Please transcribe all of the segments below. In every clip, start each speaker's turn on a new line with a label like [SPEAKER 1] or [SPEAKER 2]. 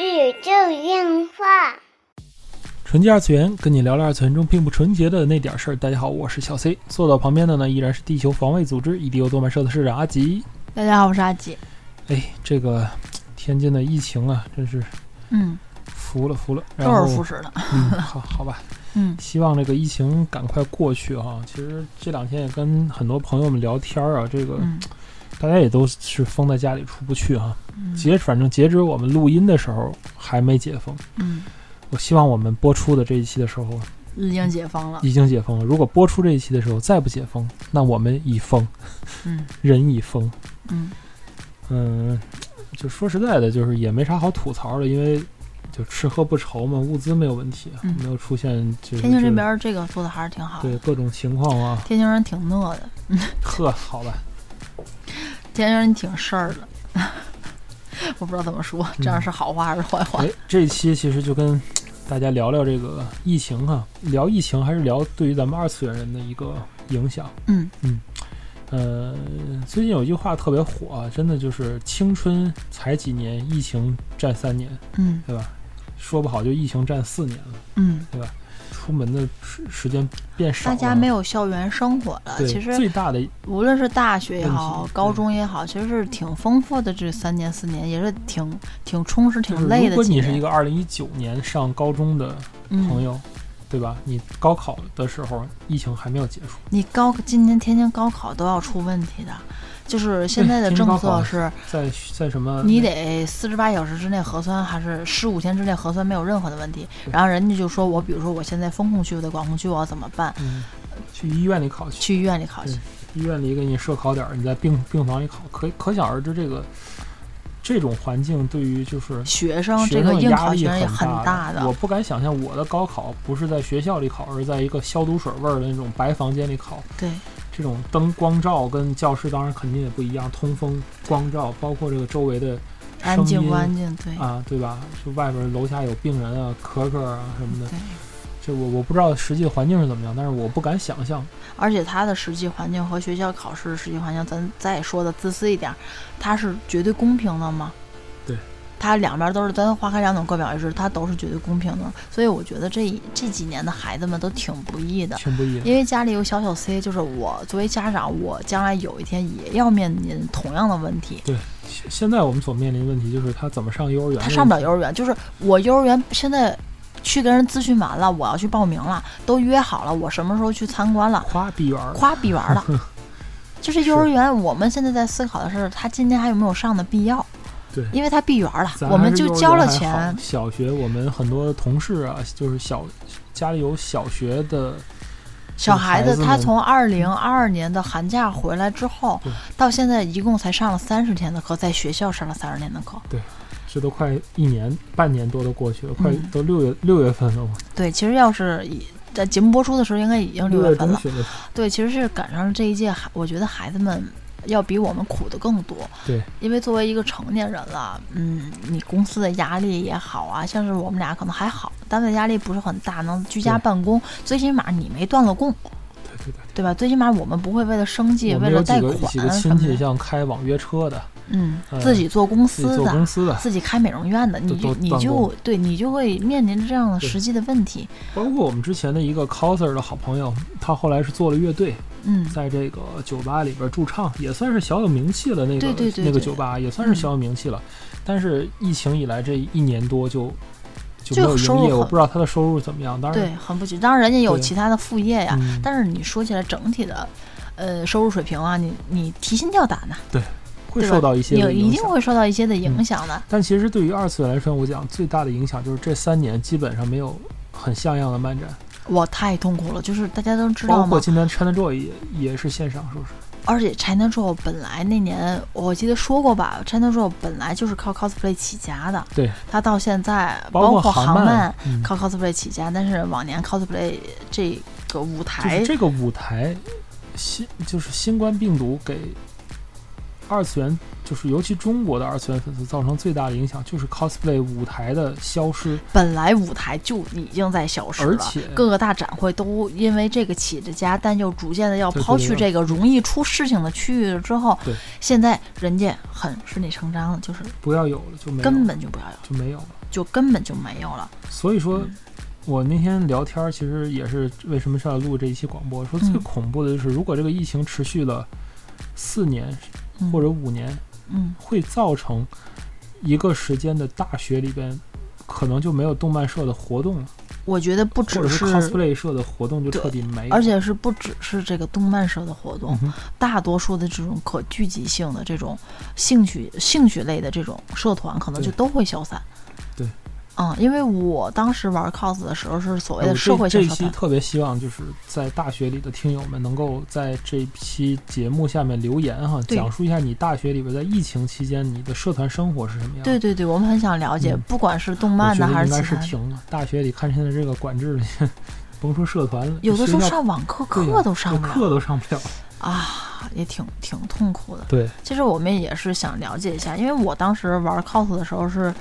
[SPEAKER 1] 宇宙电话，
[SPEAKER 2] 纯洁二次元，跟你聊聊二次元中并不纯洁的那点事儿。大家好，我是小 C，坐到旁边的呢依然是地球防卫组织 EDO 动漫社的社长阿吉。
[SPEAKER 3] 大家好，我是阿吉。
[SPEAKER 2] 哎，这个天津的疫情啊，真是
[SPEAKER 3] 嗯，
[SPEAKER 2] 服了服了。然
[SPEAKER 3] 都
[SPEAKER 2] 后
[SPEAKER 3] 是复试的。
[SPEAKER 2] 嗯，好好吧，
[SPEAKER 3] 嗯
[SPEAKER 2] 希望这个疫情赶快过去啊。其实这两天也跟很多朋友们聊天儿啊，这个
[SPEAKER 3] 嗯
[SPEAKER 2] 大家也都是封在家里出不去啊。
[SPEAKER 3] 嗯
[SPEAKER 2] 截反正截止我们录音的时候还没解封，
[SPEAKER 3] 嗯，
[SPEAKER 2] 我希望我们播出的这一期的时候
[SPEAKER 3] 已经解封了。
[SPEAKER 2] 已经解封了。如果播出这一期的时候再不解封，那我们已封，
[SPEAKER 3] 嗯
[SPEAKER 2] 人已封。
[SPEAKER 3] 嗯
[SPEAKER 2] 嗯，就说实在的，就是也没啥好吐槽的，因为就吃喝不愁嘛，物资没有问题啊，
[SPEAKER 3] 嗯
[SPEAKER 2] 没有出现就是
[SPEAKER 3] 天津这
[SPEAKER 2] 就
[SPEAKER 3] 边儿这个做的还是挺好的。
[SPEAKER 2] 对各种情况啊，
[SPEAKER 3] 天津人挺讷的，
[SPEAKER 2] 呵，好吧，
[SPEAKER 3] 天津人挺事儿的。 我不知道怎么说，
[SPEAKER 2] 嗯
[SPEAKER 3] 这样是好话还是坏话？
[SPEAKER 2] 哎，这一期其实就跟大家聊聊这个疫情哈、聊疫情还是聊对于咱们二次元人的一个影响。
[SPEAKER 3] 嗯
[SPEAKER 2] 呃，最近有一句话特别火、啊，真的就是青春才几年，疫情占三年，
[SPEAKER 3] 嗯
[SPEAKER 2] 对吧？说不好就疫情占四年了，
[SPEAKER 3] 嗯，
[SPEAKER 2] 出门的时时间变少
[SPEAKER 3] 大
[SPEAKER 2] 了。
[SPEAKER 3] 家没有校园生活了。
[SPEAKER 2] 对，
[SPEAKER 3] 其实
[SPEAKER 2] 最大的
[SPEAKER 3] 无论是大学也
[SPEAKER 2] 问
[SPEAKER 3] 好
[SPEAKER 2] 题，
[SPEAKER 3] 高中也好，其实是挺丰富的。这三年四年也是挺挺充实、
[SPEAKER 2] 就是，
[SPEAKER 3] 挺累
[SPEAKER 2] 如
[SPEAKER 3] 的
[SPEAKER 2] 果
[SPEAKER 3] 几
[SPEAKER 2] 你是一
[SPEAKER 3] 年。
[SPEAKER 2] 个二零一九年上高中的朋
[SPEAKER 3] 嗯，
[SPEAKER 2] 友，对吧？你高考的时候疫情还没有结束，
[SPEAKER 3] 你高今年天津高考都要出问题的，就是现在的
[SPEAKER 2] 对天津高
[SPEAKER 3] 政
[SPEAKER 2] 考嗯
[SPEAKER 3] 策是。
[SPEAKER 2] 在在什么
[SPEAKER 3] 你得四十八小时之内核酸，还是十五天之内核酸没有任何的问题。然后人家就说我，比如说我现在封控区，我在管控区，我要怎么办？
[SPEAKER 2] 嗯，去医院里考去。
[SPEAKER 3] 去医院里考去。
[SPEAKER 2] 医院里给你设考点儿，你在病病房里考，可可想而知，这个这种环境对于就是
[SPEAKER 3] 学生
[SPEAKER 2] 学
[SPEAKER 3] 这
[SPEAKER 2] 生
[SPEAKER 3] 个
[SPEAKER 2] 的
[SPEAKER 3] 应
[SPEAKER 2] 压
[SPEAKER 3] 考
[SPEAKER 2] 力
[SPEAKER 3] 学生也
[SPEAKER 2] 很
[SPEAKER 3] 很大
[SPEAKER 2] 的。我不敢想象我的高考不是在学校里考，而是在一个消毒水味儿的那种白房间里考。
[SPEAKER 3] 对，
[SPEAKER 2] 这种灯光照跟教室当然肯定也不一样，通风、光照，包括这个周围的
[SPEAKER 3] 安静
[SPEAKER 2] 声音
[SPEAKER 3] 不安静？对，
[SPEAKER 2] 啊，对吧？就外边楼下有病人啊、咳咳啊什么的，
[SPEAKER 3] 对。
[SPEAKER 2] 这我我不知道实际环境是怎么样，但是我不敢想象。
[SPEAKER 3] 而且它的实际环境和学校考试的实际环境，咱再说的自私一点儿，它是绝对公平的吗？
[SPEAKER 2] 对，
[SPEAKER 3] 它两边都是，咱划开两种各表一枝，它都是绝对公平的。所以我觉得这一这几年的孩子们都挺不易的。
[SPEAKER 2] 挺不易的。
[SPEAKER 3] 因为家里有小小 C，就是我作为家长，我将来有一天也要面临同样的问题。
[SPEAKER 2] 现现在我们所面临的问题就是他怎么上幼儿园，
[SPEAKER 3] 他上不了幼儿园，就是我幼儿园现在去跟人咨询完了，我要去报名了，都约好了，我什么时候去参观了，
[SPEAKER 2] 夸闭园儿，
[SPEAKER 3] 夸闭园 了。就是幼儿园，我们现在在思考的是，他今年还有没有上的必要？
[SPEAKER 2] 对
[SPEAKER 3] 因为他闭园了，
[SPEAKER 2] 咱
[SPEAKER 3] 我们
[SPEAKER 2] 还是
[SPEAKER 3] 就
[SPEAKER 2] 幼儿
[SPEAKER 3] 交
[SPEAKER 2] 园
[SPEAKER 3] 了
[SPEAKER 2] 还
[SPEAKER 3] 钱
[SPEAKER 2] 好。小学我们很多同事啊，就是小家里有小学的
[SPEAKER 3] 小
[SPEAKER 2] 孩
[SPEAKER 3] 孩子
[SPEAKER 2] 子
[SPEAKER 3] 他
[SPEAKER 2] 们
[SPEAKER 3] 从二零二二年的寒假回来之后
[SPEAKER 2] 对，
[SPEAKER 3] 到现在一共才上了三十天的课，在学校上了三十天的课。
[SPEAKER 2] 这都快一年、半年多都过去了，快
[SPEAKER 3] 嗯
[SPEAKER 2] 都六月六月份了嘛，
[SPEAKER 3] 对，其实要是以在节目播出的时候，应该已经六
[SPEAKER 2] 六月
[SPEAKER 3] 月份
[SPEAKER 2] 中
[SPEAKER 3] 了。
[SPEAKER 2] 旬了。
[SPEAKER 3] 对，其实是赶上了这一届孩，我觉得孩子们要比我们苦的更多。
[SPEAKER 2] 对，
[SPEAKER 3] 因为作为一个成年人了，嗯，你公司的压力也好啊，像是我们俩可能还好，单位压力不是很大，能居家
[SPEAKER 2] 对
[SPEAKER 3] 办公，最起码你没断了供，
[SPEAKER 2] 对对对
[SPEAKER 3] 对吧？最起码我们不会为了生计，
[SPEAKER 2] 我
[SPEAKER 3] 为
[SPEAKER 2] 们
[SPEAKER 3] 了
[SPEAKER 2] 有几
[SPEAKER 3] 贷
[SPEAKER 2] 个
[SPEAKER 3] 款
[SPEAKER 2] 几个
[SPEAKER 3] 什
[SPEAKER 2] 亲
[SPEAKER 3] 么
[SPEAKER 2] 戚，
[SPEAKER 3] 的，
[SPEAKER 2] 像开网约车的，
[SPEAKER 3] 嗯，
[SPEAKER 2] 呃
[SPEAKER 3] 自己做公
[SPEAKER 2] 自己
[SPEAKER 3] 司
[SPEAKER 2] 做
[SPEAKER 3] 的，
[SPEAKER 2] 公司的，
[SPEAKER 3] 自己开美容院的，你
[SPEAKER 2] 都
[SPEAKER 3] 就
[SPEAKER 2] 都
[SPEAKER 3] 你
[SPEAKER 2] 断供
[SPEAKER 3] 就对你就会面临着这样的
[SPEAKER 2] 对
[SPEAKER 3] 实际的问题，
[SPEAKER 2] 包括我们之前的一个 coser 的好朋友，他后来是做了乐队，
[SPEAKER 3] 嗯，
[SPEAKER 2] 在这个酒吧里边驻唱，也算是小有名气了。那个
[SPEAKER 3] 对对对
[SPEAKER 2] 那个
[SPEAKER 3] 对嗯
[SPEAKER 2] 酒吧也算是小有名气了，但是疫情以来这一年多就就
[SPEAKER 3] 就
[SPEAKER 2] 没有
[SPEAKER 3] 收
[SPEAKER 2] 营
[SPEAKER 3] 入
[SPEAKER 2] 业，我
[SPEAKER 3] 很
[SPEAKER 2] 不知道他的收入怎么样。当然，
[SPEAKER 3] 对，很不济。当然，人家有
[SPEAKER 2] 对
[SPEAKER 3] 其他的副业呀，
[SPEAKER 2] 嗯
[SPEAKER 3] 但是你说起来整体的，呃，收入水平啊，你你提心吊胆呐、
[SPEAKER 2] 会
[SPEAKER 3] 对吧
[SPEAKER 2] 受到一些的
[SPEAKER 3] 你一
[SPEAKER 2] 影
[SPEAKER 3] 定
[SPEAKER 2] 响。
[SPEAKER 3] 会受到一些的影响的。
[SPEAKER 2] 但其实对于二次元来说，我讲最大的影响就是这三年基本上没有很像样的漫展，
[SPEAKER 3] 我太痛苦了，就是大家都知
[SPEAKER 2] 嗯包
[SPEAKER 3] 道
[SPEAKER 2] 括
[SPEAKER 3] 嘛，
[SPEAKER 2] 今年 ChinaJoy 也也是线上，是不是？
[SPEAKER 3] 而且 China Joy 本来那年我记得说过吧，China Joy 本来就是靠 cosplay 起家的，
[SPEAKER 2] 对，
[SPEAKER 3] 它到现在
[SPEAKER 2] 括
[SPEAKER 3] 包括
[SPEAKER 2] 韩
[SPEAKER 3] 航
[SPEAKER 2] 漫，嗯
[SPEAKER 3] 靠 cosplay 起家，但是往年 cosplay 这个
[SPEAKER 2] 就
[SPEAKER 3] 舞
[SPEAKER 2] 是
[SPEAKER 3] 台
[SPEAKER 2] 这个舞台，新就是新冠病毒给二次元，就是尤其中国的二次元粉丝造成最大的影响，就是 cosplay 舞台的消失。
[SPEAKER 3] 本来舞台就已经在消失
[SPEAKER 2] 而
[SPEAKER 3] 了，
[SPEAKER 2] 且
[SPEAKER 3] 各个大展会都因为这个起着家，但又逐渐的要
[SPEAKER 2] 对
[SPEAKER 3] 抛
[SPEAKER 2] 对
[SPEAKER 3] 去
[SPEAKER 2] 对
[SPEAKER 3] 这个容易出事情的区域了之后
[SPEAKER 2] 对，
[SPEAKER 3] 现在人家很顺理成章的，就是
[SPEAKER 2] 不要有了，就没有了
[SPEAKER 3] 根本就不要有，
[SPEAKER 2] 就没有了。
[SPEAKER 3] 就根本就没有了。
[SPEAKER 2] 所以说
[SPEAKER 3] 嗯，
[SPEAKER 2] 我那天聊天儿其实也是为什么上来录这一期广播，说最
[SPEAKER 3] 嗯
[SPEAKER 2] 恐怖的就是如果这个疫情持续了四年
[SPEAKER 3] 嗯
[SPEAKER 2] 或者五年，
[SPEAKER 3] 嗯，
[SPEAKER 2] 会造成一个时间的大学里边可能就没有动漫社的活动了，
[SPEAKER 3] 我觉得不
[SPEAKER 2] 或
[SPEAKER 3] 只
[SPEAKER 2] 者是
[SPEAKER 3] 是，
[SPEAKER 2] cosplay 社的活动就彻底没有了。
[SPEAKER 3] 而且是不只是这个动漫社的活动
[SPEAKER 2] 嗯，哼，
[SPEAKER 3] 大多数的这种可聚集性的这种兴趣兴趣类的这种社团，可能
[SPEAKER 2] 对
[SPEAKER 3] 就都会消散。
[SPEAKER 2] 对，
[SPEAKER 3] 嗯，因为我当时玩 cos 的时候是所谓
[SPEAKER 2] 哎我
[SPEAKER 3] 的社会
[SPEAKER 2] 这
[SPEAKER 3] 性
[SPEAKER 2] 这一
[SPEAKER 3] 社
[SPEAKER 2] 期
[SPEAKER 3] 团，
[SPEAKER 2] 特别希望就是在大学里的听友们能够在这期节目下面留言哈，
[SPEAKER 3] 对
[SPEAKER 2] 讲述一下你大学里边在疫情期间你的社团生活是什么样的。
[SPEAKER 3] 对对对，我们很想了解，
[SPEAKER 2] 嗯
[SPEAKER 3] 不管是动
[SPEAKER 2] 我
[SPEAKER 3] 漫
[SPEAKER 2] 觉
[SPEAKER 3] 的
[SPEAKER 2] 得
[SPEAKER 3] 还
[SPEAKER 2] 应
[SPEAKER 3] 是
[SPEAKER 2] 该
[SPEAKER 3] 其
[SPEAKER 2] 是
[SPEAKER 3] 他的，
[SPEAKER 2] 停了。大学里 看现在这个管制，甭说社团了，
[SPEAKER 3] 有的时候
[SPEAKER 2] 学校
[SPEAKER 3] 上网课
[SPEAKER 2] 对呀
[SPEAKER 3] 课都上不
[SPEAKER 2] 对课
[SPEAKER 3] 了
[SPEAKER 2] 都上不了。
[SPEAKER 3] 啊，也挺挺痛苦的。
[SPEAKER 2] 对，
[SPEAKER 3] 其实我们也是想了解一下，因为我当时玩 cos 的时候是，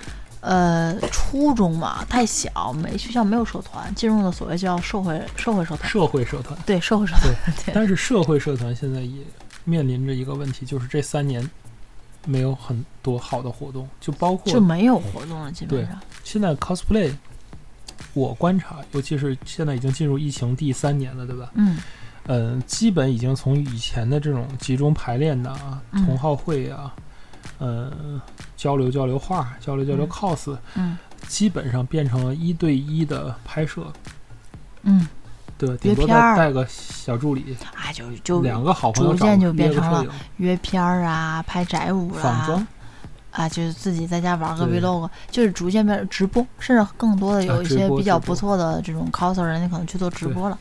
[SPEAKER 3] 呃，初中嘛，太小，没学校没有社团，进入了所谓叫社会社会社团，
[SPEAKER 2] 社会社团，
[SPEAKER 3] 对社会社团， 对，
[SPEAKER 2] 但是社会社团现在也面临着一个问题，就是这三年没有很多好的活动，就包
[SPEAKER 3] 就
[SPEAKER 2] 括
[SPEAKER 3] 没有活动了，基本上，
[SPEAKER 2] 现在 cosplay。我观察，尤其是现在已经进入疫情第三年了，对吧？
[SPEAKER 3] 嗯
[SPEAKER 2] 嗯，基本已经从以前的这种集中排练的啊、
[SPEAKER 3] 嗯
[SPEAKER 2] 同好会啊，嗯，交流交流画，交流交流
[SPEAKER 3] 嗯
[SPEAKER 2] cos，、
[SPEAKER 3] 嗯
[SPEAKER 2] 基本上变成了一对一的拍摄，
[SPEAKER 3] 嗯，
[SPEAKER 2] 对，顶多
[SPEAKER 3] 约片儿
[SPEAKER 2] 再带个小助理，
[SPEAKER 3] 哎，就就
[SPEAKER 2] 两个好朋友
[SPEAKER 3] 逐
[SPEAKER 2] 找
[SPEAKER 3] 渐
[SPEAKER 2] 个
[SPEAKER 3] 就变
[SPEAKER 2] 约个
[SPEAKER 3] 成
[SPEAKER 2] 摄
[SPEAKER 3] 了
[SPEAKER 2] 影
[SPEAKER 3] 约片儿啊，拍宅舞
[SPEAKER 2] 仿
[SPEAKER 3] 啊，
[SPEAKER 2] 妆，
[SPEAKER 3] 啊，就是自己在家玩个
[SPEAKER 2] 对
[SPEAKER 3] vlog，就是逐渐变成直播，甚至更多的有
[SPEAKER 2] 啊
[SPEAKER 3] 一
[SPEAKER 2] 直
[SPEAKER 3] 些
[SPEAKER 2] 播
[SPEAKER 3] 比较
[SPEAKER 2] 直
[SPEAKER 3] 不
[SPEAKER 2] 播
[SPEAKER 3] 错的这种 coser 人家可能去做直
[SPEAKER 2] 对
[SPEAKER 3] 播了，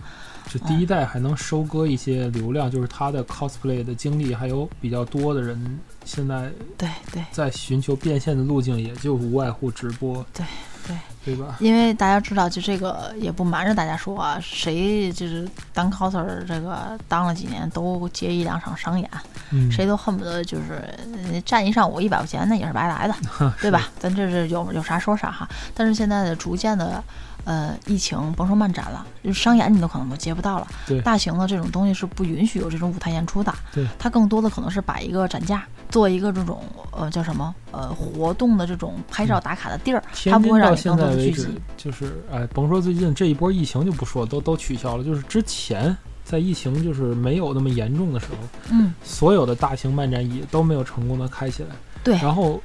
[SPEAKER 2] 就第一代还能收割一些流量，就是他的 cosplay 的经历，还有比较多的人现在
[SPEAKER 3] 对对。
[SPEAKER 2] 在寻求变现的路径，也就无外乎直播，
[SPEAKER 3] 对对
[SPEAKER 2] 对吧？
[SPEAKER 3] 因为大家知道，就这个也不瞒着大家说啊，谁就是当 coser 这个当了几年，都接一两场商演，
[SPEAKER 2] 嗯，
[SPEAKER 3] 谁都恨不得就是呃站一上午一百块钱，那也是 白来的，对吧？咱这是有有啥说啥哈。但是现在的逐渐的，呃，疫情甭说漫展了，就商演你都可能都接不到了。
[SPEAKER 2] 对
[SPEAKER 3] 大型的这种东西是不允许有这种舞台演出的。
[SPEAKER 2] 对，
[SPEAKER 3] 它更多的可能是把一个展架做一个这种呃叫什么呃活动的这种拍照
[SPEAKER 2] 嗯
[SPEAKER 3] 打卡的地儿，它
[SPEAKER 2] 天
[SPEAKER 3] 不
[SPEAKER 2] 津
[SPEAKER 3] 会让
[SPEAKER 2] 到
[SPEAKER 3] 你
[SPEAKER 2] 现
[SPEAKER 3] 更多
[SPEAKER 2] 在
[SPEAKER 3] 的
[SPEAKER 2] 为
[SPEAKER 3] 聚
[SPEAKER 2] 止
[SPEAKER 3] 集。，
[SPEAKER 2] 就是哎，甭说最近这一波疫情就不说，都都取消了。就是之前在疫情就是没有那么严重的时候，
[SPEAKER 3] 嗯，
[SPEAKER 2] 所有的大型漫展也都没有成功的开起来。
[SPEAKER 3] 对。
[SPEAKER 2] 然后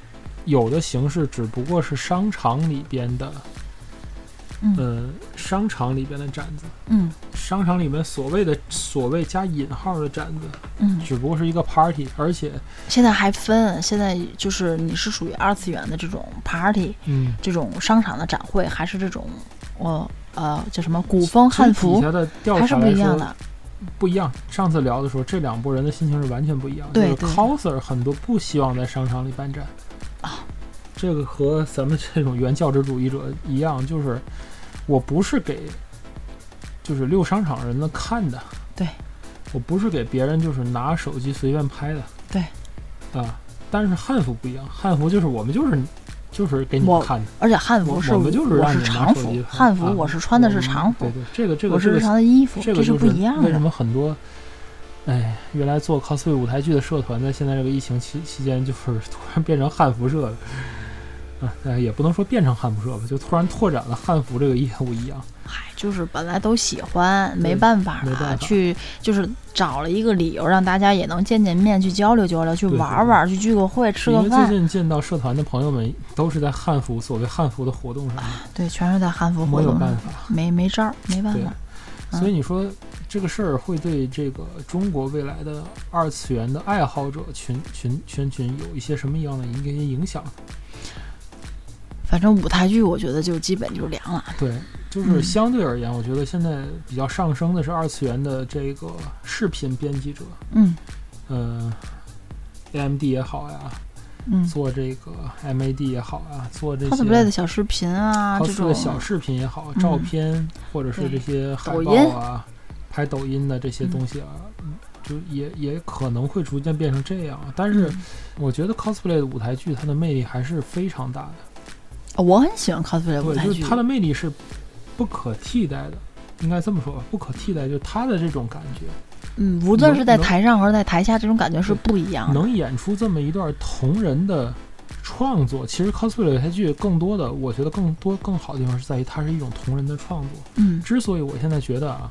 [SPEAKER 2] 有的形式只不过是商场里边的，
[SPEAKER 3] 嗯
[SPEAKER 2] 呃，商场里边的展子，
[SPEAKER 3] 嗯
[SPEAKER 2] 商场里面所谓的所谓加引号的展子，
[SPEAKER 3] 嗯，
[SPEAKER 2] 只不过是一个 party，而且，
[SPEAKER 3] 现在还分，现在就是你是属于二次元的这种 party，
[SPEAKER 2] 嗯，
[SPEAKER 3] 这种商场的展会，还是这种我呃叫什么古风汉
[SPEAKER 2] 其实底
[SPEAKER 3] 服，
[SPEAKER 2] 下的调
[SPEAKER 3] 还是
[SPEAKER 2] 查
[SPEAKER 3] 不
[SPEAKER 2] 来
[SPEAKER 3] 一样
[SPEAKER 2] 说
[SPEAKER 3] 的。
[SPEAKER 2] 不一样。上次聊的时候，这两拨人的心情是完全不一样。
[SPEAKER 3] 对
[SPEAKER 2] 就是
[SPEAKER 3] 对
[SPEAKER 2] coser 很多不希望在商场里办展
[SPEAKER 3] 啊，
[SPEAKER 2] 这个和咱们这种原教旨主义者一样，就是我不是给就是溜商场人的看的，
[SPEAKER 3] 对，
[SPEAKER 2] 我不是给别人就是拿手机随便拍的，
[SPEAKER 3] 对，
[SPEAKER 2] 啊，但是汉服不一样，汉服就是我们就是就是给你
[SPEAKER 3] 我
[SPEAKER 2] 们看的，
[SPEAKER 3] 而且汉服
[SPEAKER 2] 我
[SPEAKER 3] 是
[SPEAKER 2] 我们就是让你
[SPEAKER 3] 是
[SPEAKER 2] 拿
[SPEAKER 3] 常
[SPEAKER 2] 手
[SPEAKER 3] 服
[SPEAKER 2] 机，看
[SPEAKER 3] 汉服
[SPEAKER 2] 啊
[SPEAKER 3] 我是穿的
[SPEAKER 2] 我
[SPEAKER 3] 是
[SPEAKER 2] 们
[SPEAKER 3] 常
[SPEAKER 2] 对
[SPEAKER 3] 服，
[SPEAKER 2] 对，这个这个
[SPEAKER 3] 我
[SPEAKER 2] 这
[SPEAKER 3] 日
[SPEAKER 2] 个
[SPEAKER 3] 常的衣服，
[SPEAKER 2] 这
[SPEAKER 3] 这
[SPEAKER 2] 个
[SPEAKER 3] 是
[SPEAKER 2] 就
[SPEAKER 3] 不一样
[SPEAKER 2] 为什
[SPEAKER 3] 的。
[SPEAKER 2] 么很多，哎，原来做 cosplay 舞台剧的社团，在现在这个疫情期期间，就是 突然变成汉服社了。啊，哎也不能说变成汉服社吧，就突然拓展了汉服这个业务一样。
[SPEAKER 3] 嗨，哎就是本来都喜欢，没
[SPEAKER 2] 对
[SPEAKER 3] 办法
[SPEAKER 2] 没
[SPEAKER 3] 啊
[SPEAKER 2] 办，法
[SPEAKER 3] 去就是找了一个理由，让大家也能见见面，去交流交流，去
[SPEAKER 2] 对对
[SPEAKER 3] 玩玩，去聚个会，吃
[SPEAKER 2] 因
[SPEAKER 3] 个
[SPEAKER 2] 为最
[SPEAKER 3] 饭，
[SPEAKER 2] 近见到社团的朋友们都是在汉服，所谓汉服的活动上面，
[SPEAKER 3] 对，全是在汉服啊活
[SPEAKER 2] 没有
[SPEAKER 3] 动
[SPEAKER 2] 办
[SPEAKER 3] 上，
[SPEAKER 2] 法。
[SPEAKER 3] 没没招儿，没办
[SPEAKER 2] 对
[SPEAKER 3] 法。嗯
[SPEAKER 2] 所以你说这个事儿会对这个中国未来的二次元的爱好者群群群群有一些什么样的一个影响？
[SPEAKER 3] 反正舞台剧，我觉得就基本就凉了。
[SPEAKER 2] 对，就
[SPEAKER 3] 嗯
[SPEAKER 2] 是相对而言，我觉得现在比较上升的是二次元的这个视频编辑者，
[SPEAKER 3] 嗯
[SPEAKER 2] 嗯、a m d 也好呀，
[SPEAKER 3] 嗯
[SPEAKER 2] 做这个 MAD 也好呀，做这些
[SPEAKER 3] ，cosplay 的小视频啊，这
[SPEAKER 2] cos
[SPEAKER 3] 种
[SPEAKER 2] 的小视频也好，
[SPEAKER 3] 嗯
[SPEAKER 2] 照片或者是这些海
[SPEAKER 3] 抖
[SPEAKER 2] 报啊，拍抖音的这些东西啊，嗯就也也可能会逐渐变成这样。啊但是
[SPEAKER 3] 嗯
[SPEAKER 2] 我觉得 cosplay 的舞台剧它的魅力还是非常大的，
[SPEAKER 3] 哦我很喜欢 cosplay 的舞
[SPEAKER 2] 对，
[SPEAKER 3] 台
[SPEAKER 2] 就是
[SPEAKER 3] 剧，
[SPEAKER 2] 它的魅力是不可替代的，应该这么说吧，不可替代，就是它的这种感觉。
[SPEAKER 3] 嗯，无论
[SPEAKER 2] 能
[SPEAKER 3] 是在
[SPEAKER 2] 能
[SPEAKER 3] 台上还是在台下，这种感觉是不一样的。
[SPEAKER 2] 能演出这么一段同人的创作，其实 cosplay 的舞台剧更多的，我觉得更多更好的地方是在于它是一种同人的创作。
[SPEAKER 3] 嗯
[SPEAKER 2] 之所以我现在觉得啊，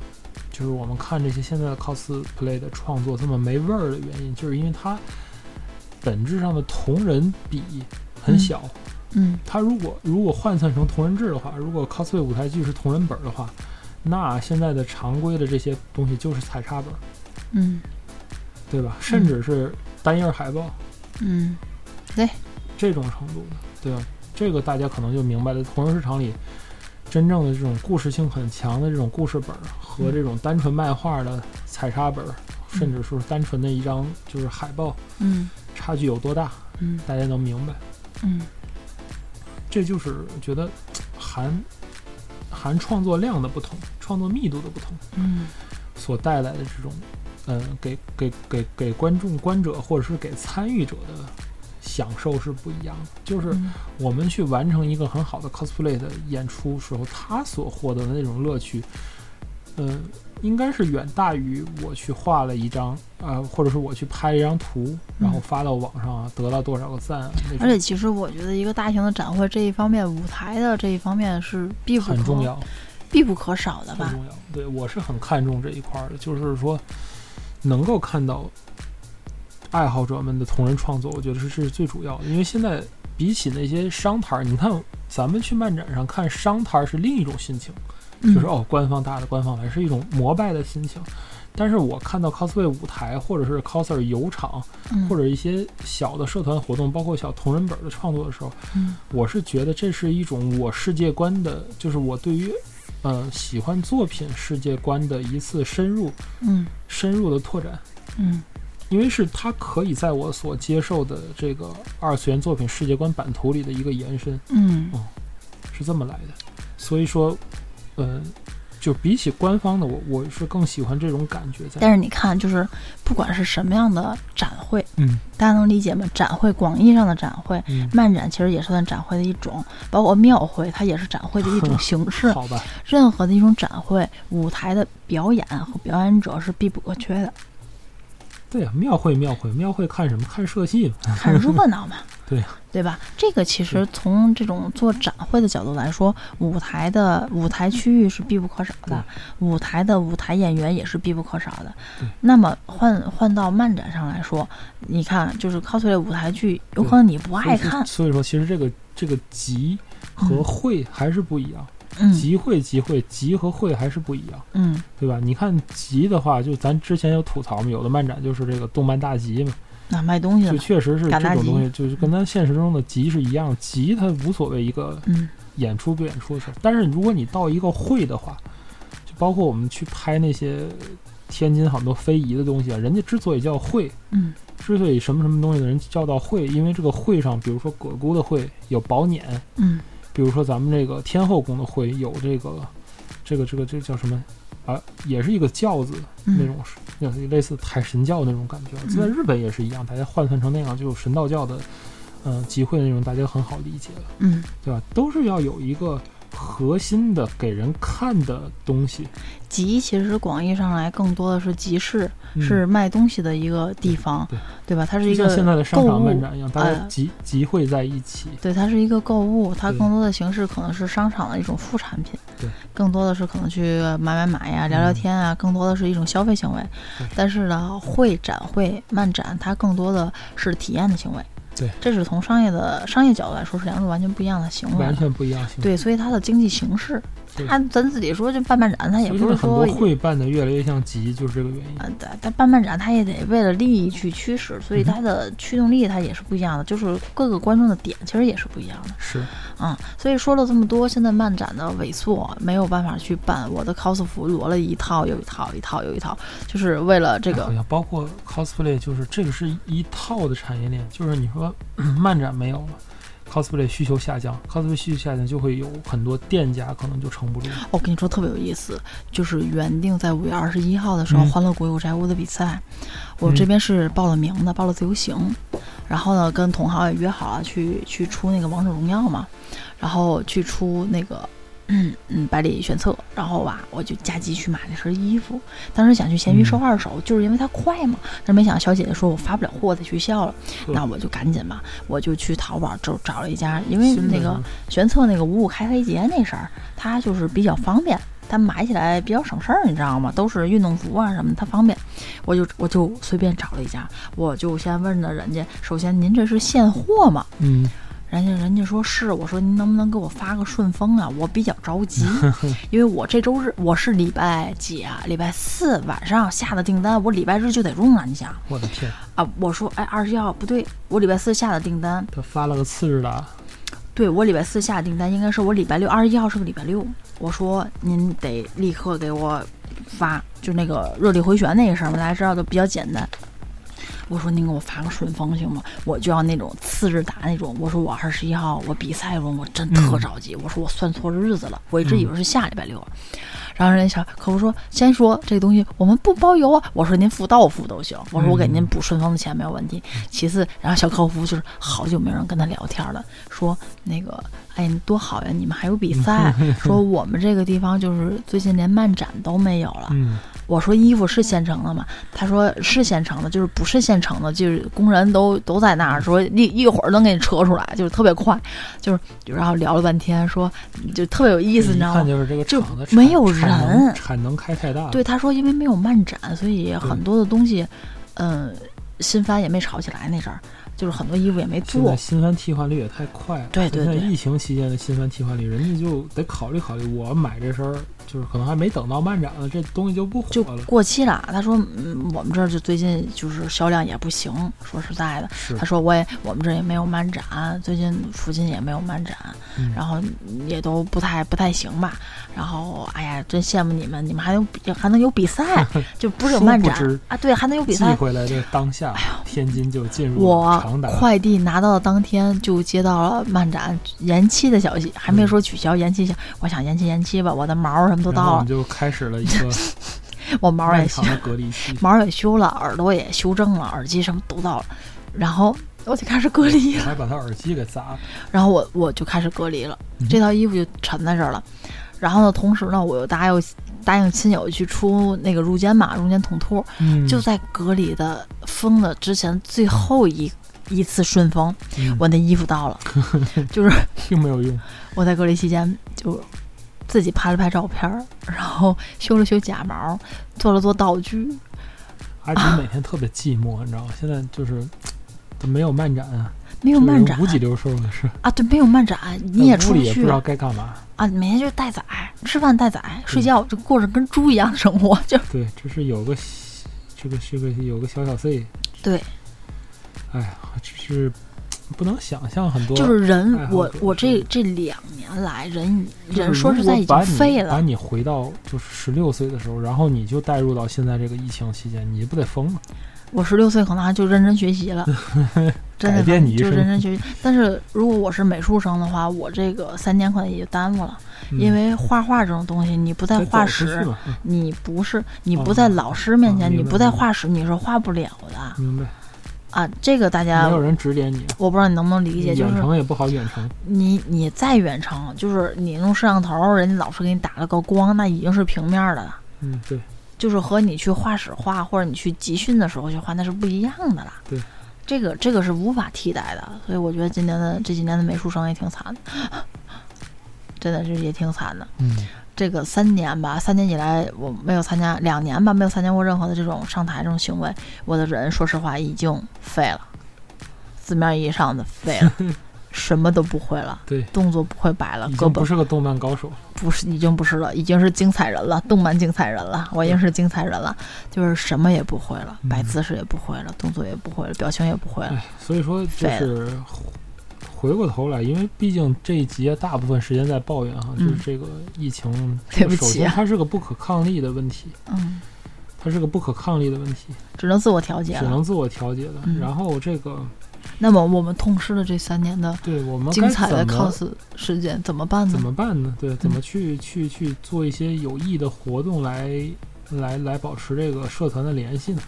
[SPEAKER 2] 就是我们看这些现在的 cosplay 的创作这么没味儿的原因，就是因为它本质上的同人比很小。
[SPEAKER 3] 嗯
[SPEAKER 2] 它如果如果换算成同人制的话，如果 cosplay 舞台剧是同人本儿的话，那现在的常规的这些东西就是彩插本儿，
[SPEAKER 3] 嗯
[SPEAKER 2] 对吧？甚至是单页海报。
[SPEAKER 3] 嗯，
[SPEAKER 2] 这种程度的，对吧？这个大家可能就明白了，同人市场里真正的这种故事性很强的这种故事本儿和这种单纯漫画的彩插本儿，
[SPEAKER 3] 嗯
[SPEAKER 2] 甚至说是单纯的一张就是海报，
[SPEAKER 3] 嗯
[SPEAKER 2] 差距有多大，
[SPEAKER 3] 嗯
[SPEAKER 2] 大家能明白。
[SPEAKER 3] 嗯
[SPEAKER 2] 这就是觉得含含创作量的不同、创作密度的不同
[SPEAKER 3] 嗯
[SPEAKER 2] 所带来的这种，嗯，给给给给观众、观者或者是给参与者的享受是不一样的，就是。
[SPEAKER 3] 嗯
[SPEAKER 2] 我们去完成一个很好的 cosplay 的演出时候，他所获得的那种乐趣，嗯、应该是远大于我去画了一张啊、呃或者是我去拍一张图，然后发到网上啊，得到多少个赞啊，那
[SPEAKER 3] 嗯
[SPEAKER 2] 种
[SPEAKER 3] 而且其实我觉得一个大型的展会这一方面，舞台的这一方面是必不可
[SPEAKER 2] 很重要，
[SPEAKER 3] 必不可少的
[SPEAKER 2] 很
[SPEAKER 3] 吧？
[SPEAKER 2] 重要。对我是很看重这一块儿的，就是说能够看到爱好者们的同人创作，我觉得是是最主要的，因为现在比起那些商摊儿，你看咱们去漫展上看商摊儿是另一种心情。
[SPEAKER 3] 嗯
[SPEAKER 2] 就是哦，官方大的官方来，是一种膜拜的心情。但是我看到 cosplay 舞台，或者是 coser 游场，
[SPEAKER 3] 嗯
[SPEAKER 2] 或者一些小的社团活动，包括小同人本的创作的时候，
[SPEAKER 3] 嗯
[SPEAKER 2] 我是觉得这是一种我世界观的，就是我对于，呃，喜欢作品世界观的一次深入、
[SPEAKER 3] 嗯
[SPEAKER 2] 深入的拓展。
[SPEAKER 3] 嗯
[SPEAKER 2] 因为是它可以在我所接受的这个二次元作品世界观版图里的一个延伸，
[SPEAKER 3] 嗯
[SPEAKER 2] 是这么来的。所以说，嗯，就比起官方的，我我是更喜欢这种感觉在。
[SPEAKER 3] 但是你看，就是不管是什么样的展会，
[SPEAKER 2] 嗯
[SPEAKER 3] 大家能理解吗？展会，广义上的展会，
[SPEAKER 2] 嗯，
[SPEAKER 3] 漫展其实也是算展会的一种，包括庙会，它也是展会的一种形式。
[SPEAKER 2] 好吧，
[SPEAKER 3] 任何的一种展会，舞台的表演和表演者是必不可缺的，
[SPEAKER 2] 对呀、庙会庙会庙会看什么？看社戏嘛。。
[SPEAKER 3] 看热闹嘛
[SPEAKER 2] 嗯 对呀
[SPEAKER 3] 对吧？这个其实从这种做展会的角度来说，舞台的舞台区域是必不可少
[SPEAKER 2] 对
[SPEAKER 3] 的，舞台的舞台演员也是必不可少的
[SPEAKER 2] 对。
[SPEAKER 3] 那么换换到漫展上来说，你看，就是 cosplay 舞台剧，有可能你不爱看，
[SPEAKER 2] 所以说所以说，其实这个这个集和
[SPEAKER 3] 嗯
[SPEAKER 2] 会还是不一样，
[SPEAKER 3] 嗯
[SPEAKER 2] 集会集会集和会还是不一样，
[SPEAKER 3] 嗯
[SPEAKER 2] 对吧？你看集的话，就咱之前有吐槽嘛，有的漫展就是这个动漫大集嘛，
[SPEAKER 3] 那卖东西的
[SPEAKER 2] 就
[SPEAKER 3] 嘛，
[SPEAKER 2] 确实是
[SPEAKER 3] 赶
[SPEAKER 2] 这
[SPEAKER 3] 大
[SPEAKER 2] 种
[SPEAKER 3] 集
[SPEAKER 2] 东西，就是跟咱现实中的集是一样，集它无所谓一个
[SPEAKER 3] 嗯
[SPEAKER 2] 演出不演出的事儿。但是如果你到一个会的话，就包括我们去拍那些天津很多非遗的东西啊，人家之所以叫会，
[SPEAKER 3] 嗯
[SPEAKER 2] 之所以什么什么东西的人叫到会，因为这个会上，比如说葛姑的会有宝碾，
[SPEAKER 3] 嗯
[SPEAKER 2] 比如说咱们这个天后宫的会有这个这个这个这个叫什么啊，也是一个轿子
[SPEAKER 3] 嗯
[SPEAKER 2] 那种，那类似抬神教那种感觉。在日本也是一样，大家换算成那样，就有神道教的嗯、呃集会那种，大家很好理解了。
[SPEAKER 3] 嗯，
[SPEAKER 2] 对吧？都是要有一个核心的给人看的东西，
[SPEAKER 3] 集其实广义上来更多的是集市，
[SPEAKER 2] 嗯
[SPEAKER 3] 是卖东西的一个地方，
[SPEAKER 2] 对
[SPEAKER 3] 对吧？它是
[SPEAKER 2] 就
[SPEAKER 3] 一
[SPEAKER 2] 像
[SPEAKER 3] 个
[SPEAKER 2] 现在的商
[SPEAKER 3] 购
[SPEAKER 2] 场漫
[SPEAKER 3] 物
[SPEAKER 2] 展一样，大家
[SPEAKER 3] 呃
[SPEAKER 2] 集、集会在一起。
[SPEAKER 3] 对，它是一个购物，它
[SPEAKER 2] 对
[SPEAKER 3] 更多的形式可能是商场的一种副产品，
[SPEAKER 2] 对，
[SPEAKER 3] 更多的是可能去买买买呀、聊聊
[SPEAKER 2] 嗯
[SPEAKER 3] 天啊，更多的是一种消费行为
[SPEAKER 2] 对。
[SPEAKER 3] 但是呢，会展会、漫展，它更多的是体验的行为。
[SPEAKER 2] 对，
[SPEAKER 3] 这是从商业的商业角度来说是两种完全不一样的行为
[SPEAKER 2] 完
[SPEAKER 3] 了。
[SPEAKER 2] 全不一样性。，
[SPEAKER 3] 嗯对，所以它的经济形式，
[SPEAKER 2] 对
[SPEAKER 3] 它咱自己说就办漫展，它也
[SPEAKER 2] 所以
[SPEAKER 3] 不
[SPEAKER 2] 现在
[SPEAKER 3] 是
[SPEAKER 2] 很
[SPEAKER 3] 说
[SPEAKER 2] 多
[SPEAKER 3] 也
[SPEAKER 2] 会办的越来越像集，就是这个原因。
[SPEAKER 3] 呃，但但办漫展它也得为了利益去驱使，所以
[SPEAKER 2] 嗯哼
[SPEAKER 3] 它的驱动力它也是不一样的，就是各个观众的点其实也是不一样的。
[SPEAKER 2] 是，
[SPEAKER 3] 啊、所以说了这么多，现在漫展的萎缩没有办法去办，我的 cos 服罗了一套又一套，一套又一套，就是为了这
[SPEAKER 2] 好
[SPEAKER 3] 个，
[SPEAKER 2] 像包括 cosplay，就是这个是一套的产业链，就是你说漫展没有了 cosplay 需求下降，cosplay 需求下降就会有很多店家可能就撑不住。
[SPEAKER 3] 我跟你说特别有意思，就是原定在五月二十一号的时候，
[SPEAKER 2] 嗯
[SPEAKER 3] 欢乐谷有宅屋的比赛，我这边是报了名的，报了自由行，然后呢跟同行也约好了去去出那个王者荣耀嘛，然后去出那个。嗯嗯，百里选册，然后吧，我就加急去买了身衣服。当时想去闲鱼收
[SPEAKER 2] 嗯
[SPEAKER 3] 二手，就是因为它快嘛。但是没想到小姐姐说我发不了货，在学校了，
[SPEAKER 2] 呵
[SPEAKER 3] 那我就赶紧吧，我就去淘宝就找了一家，因为
[SPEAKER 2] 新的
[SPEAKER 3] 那个玄策那个五五开黑节那事儿，它就是比较方便，它买起来比较省事儿，你知道吗？都是运动服啊什么的，它方便。我就我就随便找了一家，我就先问了人家，首先您这是现货吗？
[SPEAKER 2] 嗯，
[SPEAKER 3] 人家人家说是，我说您能不能给我发个顺丰啊？我比较着 急，因为我这周日我是礼拜几啊？礼拜四晚上下的订单，我礼拜日就得用了，你想
[SPEAKER 2] 我的天，
[SPEAKER 3] 啊？我说哎，二十一号不对，我礼拜四下的订单，
[SPEAKER 2] 他发了个次日达，
[SPEAKER 3] 对我礼拜四下订单应该是我礼拜六，二十一号是个礼拜六。我说您得立刻给我发，就那个热力回旋那个事儿嘛，大家知道都比较简单。我说您给我发个顺丰行吗？我就要那种次日达那种。我说我二十一号我比赛中我真特
[SPEAKER 2] 嗯
[SPEAKER 3] 着急，我说我算错日子了，我一直以为是下礼拜六。啊然后人家小客服说：“先说这个东西我们不包邮啊。”我说：“您付到付都行。”我说：“我给您补顺丰的钱没有问题。”其次，然后小客服就是好久没有人跟他聊天了，说那个哎，你多好呀，你们还有比赛？
[SPEAKER 2] 嗯
[SPEAKER 3] 说我们这个地方就是最近连漫展都没有了。
[SPEAKER 2] 嗯，
[SPEAKER 3] 我说衣服是现成的吗？他说是现成的，就是不是现成的，就是工人都都在那儿说一一会儿能给你扯出来，就是特别快，就是然后聊了半天，说就特别有意思，
[SPEAKER 2] 嗯一
[SPEAKER 3] 你知道吗
[SPEAKER 2] 看？就是这个
[SPEAKER 3] 就
[SPEAKER 2] 厂子
[SPEAKER 3] 没
[SPEAKER 2] 产
[SPEAKER 3] 有
[SPEAKER 2] 产能
[SPEAKER 3] 人
[SPEAKER 2] 产能开太大了，
[SPEAKER 3] 对，他说因为没有漫展，所以很多的东西，嗯，新番也没炒起来那阵儿，就是很多衣服也没
[SPEAKER 2] 现在
[SPEAKER 3] 做。
[SPEAKER 2] 新番替换率也太快了，
[SPEAKER 3] 对对
[SPEAKER 2] 现在
[SPEAKER 3] 对
[SPEAKER 2] 疫情期间的新番替换率，人家就得考虑考虑，我买这身儿就是可能还没等到漫展呢，这东西就不
[SPEAKER 3] 就
[SPEAKER 2] 火了。
[SPEAKER 3] 过期了，他说，嗯，我们这儿就最近就是销量也不行，说实在的，
[SPEAKER 2] 是
[SPEAKER 3] 他，说我也我们这也没有漫展，最近附近也没有漫展，
[SPEAKER 2] 嗯
[SPEAKER 3] 然后也都不太不太行吧。然后哎呀，真羡慕你们，你们还有比还能有比 赛，就不是有
[SPEAKER 2] 殊
[SPEAKER 3] 漫
[SPEAKER 2] 不
[SPEAKER 3] 展
[SPEAKER 2] 知
[SPEAKER 3] 啊？对，还能有比
[SPEAKER 2] 寄
[SPEAKER 3] 赛。
[SPEAKER 2] 回来的当下，天津就进入了
[SPEAKER 3] 哎我
[SPEAKER 2] 长达
[SPEAKER 3] 快递拿到的当天就接到了漫展延期的消息，
[SPEAKER 2] 嗯
[SPEAKER 3] 还没说取消延期消息，我想延期延期吧，我的毛儿什么都
[SPEAKER 2] 然后
[SPEAKER 3] 到
[SPEAKER 2] 我
[SPEAKER 3] 了
[SPEAKER 2] 们，就开始了一 个
[SPEAKER 3] 我毛儿
[SPEAKER 2] 漫
[SPEAKER 3] 也修
[SPEAKER 2] 长的隔离期。
[SPEAKER 3] 毛儿也修了，耳朵也修正了，耳机什么都到了，然后我就开始 隔离了
[SPEAKER 2] 我。还把他耳机给砸了，
[SPEAKER 3] 然后我我就开始隔离了
[SPEAKER 2] 嗯，
[SPEAKER 3] 这套衣服就沉在这儿了。然后呢，同时呢，我又答应答应亲友去出那个入间码、入间筒兔，
[SPEAKER 2] 嗯
[SPEAKER 3] 就在隔离的封的之前最后一一次顺丰，
[SPEAKER 2] 嗯
[SPEAKER 3] 我那衣服到了，就是
[SPEAKER 2] 并没有用。
[SPEAKER 3] 我在隔离期间就自己拍了拍照片儿，然后修了修假毛，做了做道具，
[SPEAKER 2] 阿
[SPEAKER 3] 啊
[SPEAKER 2] 迪每天特别寂寞，你知道吗？现在就是都没有漫展啊，
[SPEAKER 3] 没有
[SPEAKER 2] 就是
[SPEAKER 3] 漫展
[SPEAKER 2] 无几流收的是，
[SPEAKER 3] 啊，对，没有漫展，你也
[SPEAKER 2] 在屋
[SPEAKER 3] 出
[SPEAKER 2] 里也不
[SPEAKER 3] 去
[SPEAKER 2] 知道该干嘛。
[SPEAKER 3] 啊，每天就是待宰，吃饭待宰，睡觉就过着跟猪一样的生活， 就
[SPEAKER 2] 对，这是有个这个这个有个小小 C，
[SPEAKER 3] 对。
[SPEAKER 2] 哎呀，只是不能想象很多。
[SPEAKER 3] 就是
[SPEAKER 2] 爱好
[SPEAKER 3] 人，我
[SPEAKER 2] 者
[SPEAKER 3] 我
[SPEAKER 2] 是
[SPEAKER 3] 这这两年来，人已
[SPEAKER 2] 就是
[SPEAKER 3] 人说实
[SPEAKER 2] 如果
[SPEAKER 3] 在已
[SPEAKER 2] 把
[SPEAKER 3] 经
[SPEAKER 2] 你
[SPEAKER 3] 废
[SPEAKER 2] 把
[SPEAKER 3] 了，
[SPEAKER 2] 你回到就是十六岁的时候，然后你就带入到现在这个疫情期间，你不得疯了？
[SPEAKER 3] 我十六岁可能还就认真学习 了，真
[SPEAKER 2] 改
[SPEAKER 3] 的
[SPEAKER 2] 变你一
[SPEAKER 3] 就
[SPEAKER 2] 生
[SPEAKER 3] 认真学习。但是如果我是美术生的话，我这个三年可能也就耽误了，
[SPEAKER 2] 嗯
[SPEAKER 3] 因为画画这种东西，你不在
[SPEAKER 2] 该
[SPEAKER 3] 画
[SPEAKER 2] 走出去
[SPEAKER 3] 室，
[SPEAKER 2] 嘛，嗯
[SPEAKER 3] 你不是你不
[SPEAKER 2] 哦
[SPEAKER 3] 在老师面前，
[SPEAKER 2] 明
[SPEAKER 3] 你
[SPEAKER 2] 白
[SPEAKER 3] 不在
[SPEAKER 2] 明白
[SPEAKER 3] 画室，你是画不了的
[SPEAKER 2] 明白？
[SPEAKER 3] 啊。这个大家
[SPEAKER 2] 没有人指点你，
[SPEAKER 3] 我不知道你能不能理解，就
[SPEAKER 2] 远
[SPEAKER 3] 是
[SPEAKER 2] 程也不好远程。
[SPEAKER 3] 你你再远程，就是你用摄像头，人家老师给你打了个光，那已经是平面儿的了。
[SPEAKER 2] 嗯，对，
[SPEAKER 3] 就是和你去画室画或者你去集训的时候去画，那是不一样的啦。
[SPEAKER 2] 对，
[SPEAKER 3] 这个这个是无法替代的，所以我觉得今年的这几年的美术生也挺惨的， 真的是也挺惨的。
[SPEAKER 2] 嗯，
[SPEAKER 3] 这个三年吧，三年以来我没有参加，两年吧没有参加过任何的这种上台这种行为，我的人说实话已经废了，字面意义上的废了，什么都不会了，
[SPEAKER 2] 对
[SPEAKER 3] 动作不会摆了，
[SPEAKER 2] 已
[SPEAKER 3] 呃胳
[SPEAKER 2] 经不
[SPEAKER 3] 膊
[SPEAKER 2] 是个动漫高手了。
[SPEAKER 3] 不是，已经不是了，已经是精彩人了，动漫精彩人了，我已经是精彩人了，就是什么也不会了，
[SPEAKER 2] 嗯
[SPEAKER 3] 摆姿势也不会了，动作也不会了，表情也不会了。
[SPEAKER 2] 哎，所以说就
[SPEAKER 3] 废
[SPEAKER 2] 是回过头来，因为毕竟这一集啊大部分时间在抱怨哈，就是
[SPEAKER 3] 嗯
[SPEAKER 2] 这个疫情，
[SPEAKER 3] 对不
[SPEAKER 2] 首
[SPEAKER 3] 起
[SPEAKER 2] 先
[SPEAKER 3] 啊
[SPEAKER 2] 它是个不可抗力的问题，
[SPEAKER 3] 嗯，
[SPEAKER 2] 它是个不可抗力的问题，
[SPEAKER 3] 只能自我调节
[SPEAKER 2] 只
[SPEAKER 3] 了。
[SPEAKER 2] 能自我调节的。
[SPEAKER 3] 嗯
[SPEAKER 2] 然后这个
[SPEAKER 3] 那么我们痛失了这三年的
[SPEAKER 2] 对我们
[SPEAKER 3] 精
[SPEAKER 2] 该
[SPEAKER 3] 彩的嗯
[SPEAKER 2] 怎么
[SPEAKER 3] cos 事件，怎么办
[SPEAKER 2] 怎
[SPEAKER 3] 呢？
[SPEAKER 2] 么办呢？对，怎么去去去做一些有益的活动来来来保持这个社团的联系呢？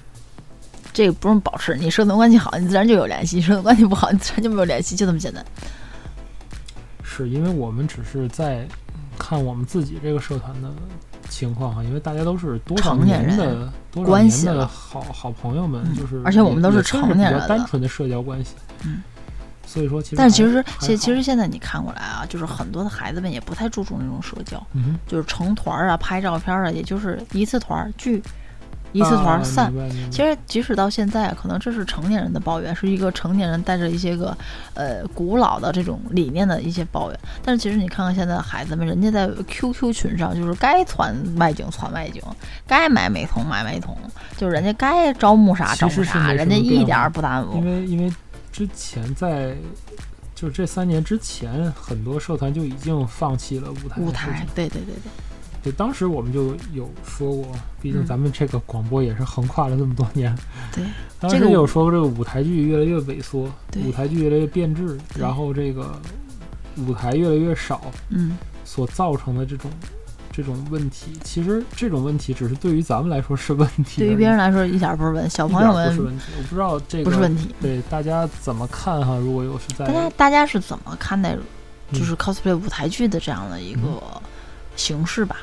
[SPEAKER 3] 这个不用保持，你社团关系好，你自然就有联系；社团关系不好， 你自然就没有联系，就这么简单。
[SPEAKER 2] 是因为我们只是在看我们自己这个社团的情况哈，因为大家都是多少
[SPEAKER 3] 成年
[SPEAKER 2] 年
[SPEAKER 3] 人
[SPEAKER 2] 的多少
[SPEAKER 3] 关系
[SPEAKER 2] 年的
[SPEAKER 3] 了
[SPEAKER 2] 好好朋友们
[SPEAKER 3] 嗯，
[SPEAKER 2] 就是
[SPEAKER 3] 而且我们
[SPEAKER 2] 也
[SPEAKER 3] 都是
[SPEAKER 2] 也算
[SPEAKER 3] 成年
[SPEAKER 2] 比
[SPEAKER 3] 人
[SPEAKER 2] 较
[SPEAKER 3] 了
[SPEAKER 2] 单纯的社交关系。
[SPEAKER 3] 嗯，
[SPEAKER 2] 所以说其实
[SPEAKER 3] 但是其
[SPEAKER 2] 还
[SPEAKER 3] 实
[SPEAKER 2] 还
[SPEAKER 3] 现其
[SPEAKER 2] 好
[SPEAKER 3] 实现在你看过来啊，就是很多的孩子们也不太注重那种社交，
[SPEAKER 2] 嗯哼。
[SPEAKER 3] 就是成团儿啊、拍照片儿啊，也就是一次团儿聚，一次团儿
[SPEAKER 2] 啊
[SPEAKER 3] 散。
[SPEAKER 2] 明白明白
[SPEAKER 3] 其实，即使到现在，啊可能这是成年人的抱怨，是一个成年人带着一些个，呃，古老的这种理念的一些抱怨。但是，其实你看看现在的孩子们，人家在 QQ 群上就是该传外景传外景，该买美瞳买美瞳，就是人家该招募啥招
[SPEAKER 2] 其
[SPEAKER 3] 募
[SPEAKER 2] 实是没
[SPEAKER 3] 啥，
[SPEAKER 2] 什么
[SPEAKER 3] 人家一
[SPEAKER 2] 变
[SPEAKER 3] 点
[SPEAKER 2] 化
[SPEAKER 3] 儿不耽误
[SPEAKER 2] 因。为因为之前在就是这三年之前，很多社团就已经放弃了舞台的
[SPEAKER 3] 舞
[SPEAKER 2] 事
[SPEAKER 3] 台
[SPEAKER 2] 情，
[SPEAKER 3] 对对对对，
[SPEAKER 2] 对，当时我们就有说过，毕竟
[SPEAKER 3] 嗯
[SPEAKER 2] 咱们这个广播也是横跨了这么多年。
[SPEAKER 3] 对，
[SPEAKER 2] 当
[SPEAKER 3] 这
[SPEAKER 2] 时
[SPEAKER 3] 个
[SPEAKER 2] 也
[SPEAKER 3] 舞
[SPEAKER 2] 有说过，这个舞台剧越来越萎缩，
[SPEAKER 3] 对
[SPEAKER 2] 舞台剧越来越变质，
[SPEAKER 3] 对
[SPEAKER 2] 然后这个舞台越来越少，
[SPEAKER 3] 嗯，
[SPEAKER 2] 所造成的这种。这种问题，其实这种问题只是对于咱们来说是问题而
[SPEAKER 3] 对
[SPEAKER 2] 已，
[SPEAKER 3] 于别人来说一点儿不是问，小
[SPEAKER 2] 一
[SPEAKER 3] 朋
[SPEAKER 2] 点
[SPEAKER 3] 友
[SPEAKER 2] 儿不是
[SPEAKER 3] 们
[SPEAKER 2] 问题。我不知道这个
[SPEAKER 3] 不是问题。
[SPEAKER 2] 对大家怎么看哈？如果有是在
[SPEAKER 3] 大家大家是怎么看待就
[SPEAKER 2] 哎嗯
[SPEAKER 3] 是 cosplay 舞台剧的这样的一
[SPEAKER 2] 嗯
[SPEAKER 3] 个形式吧？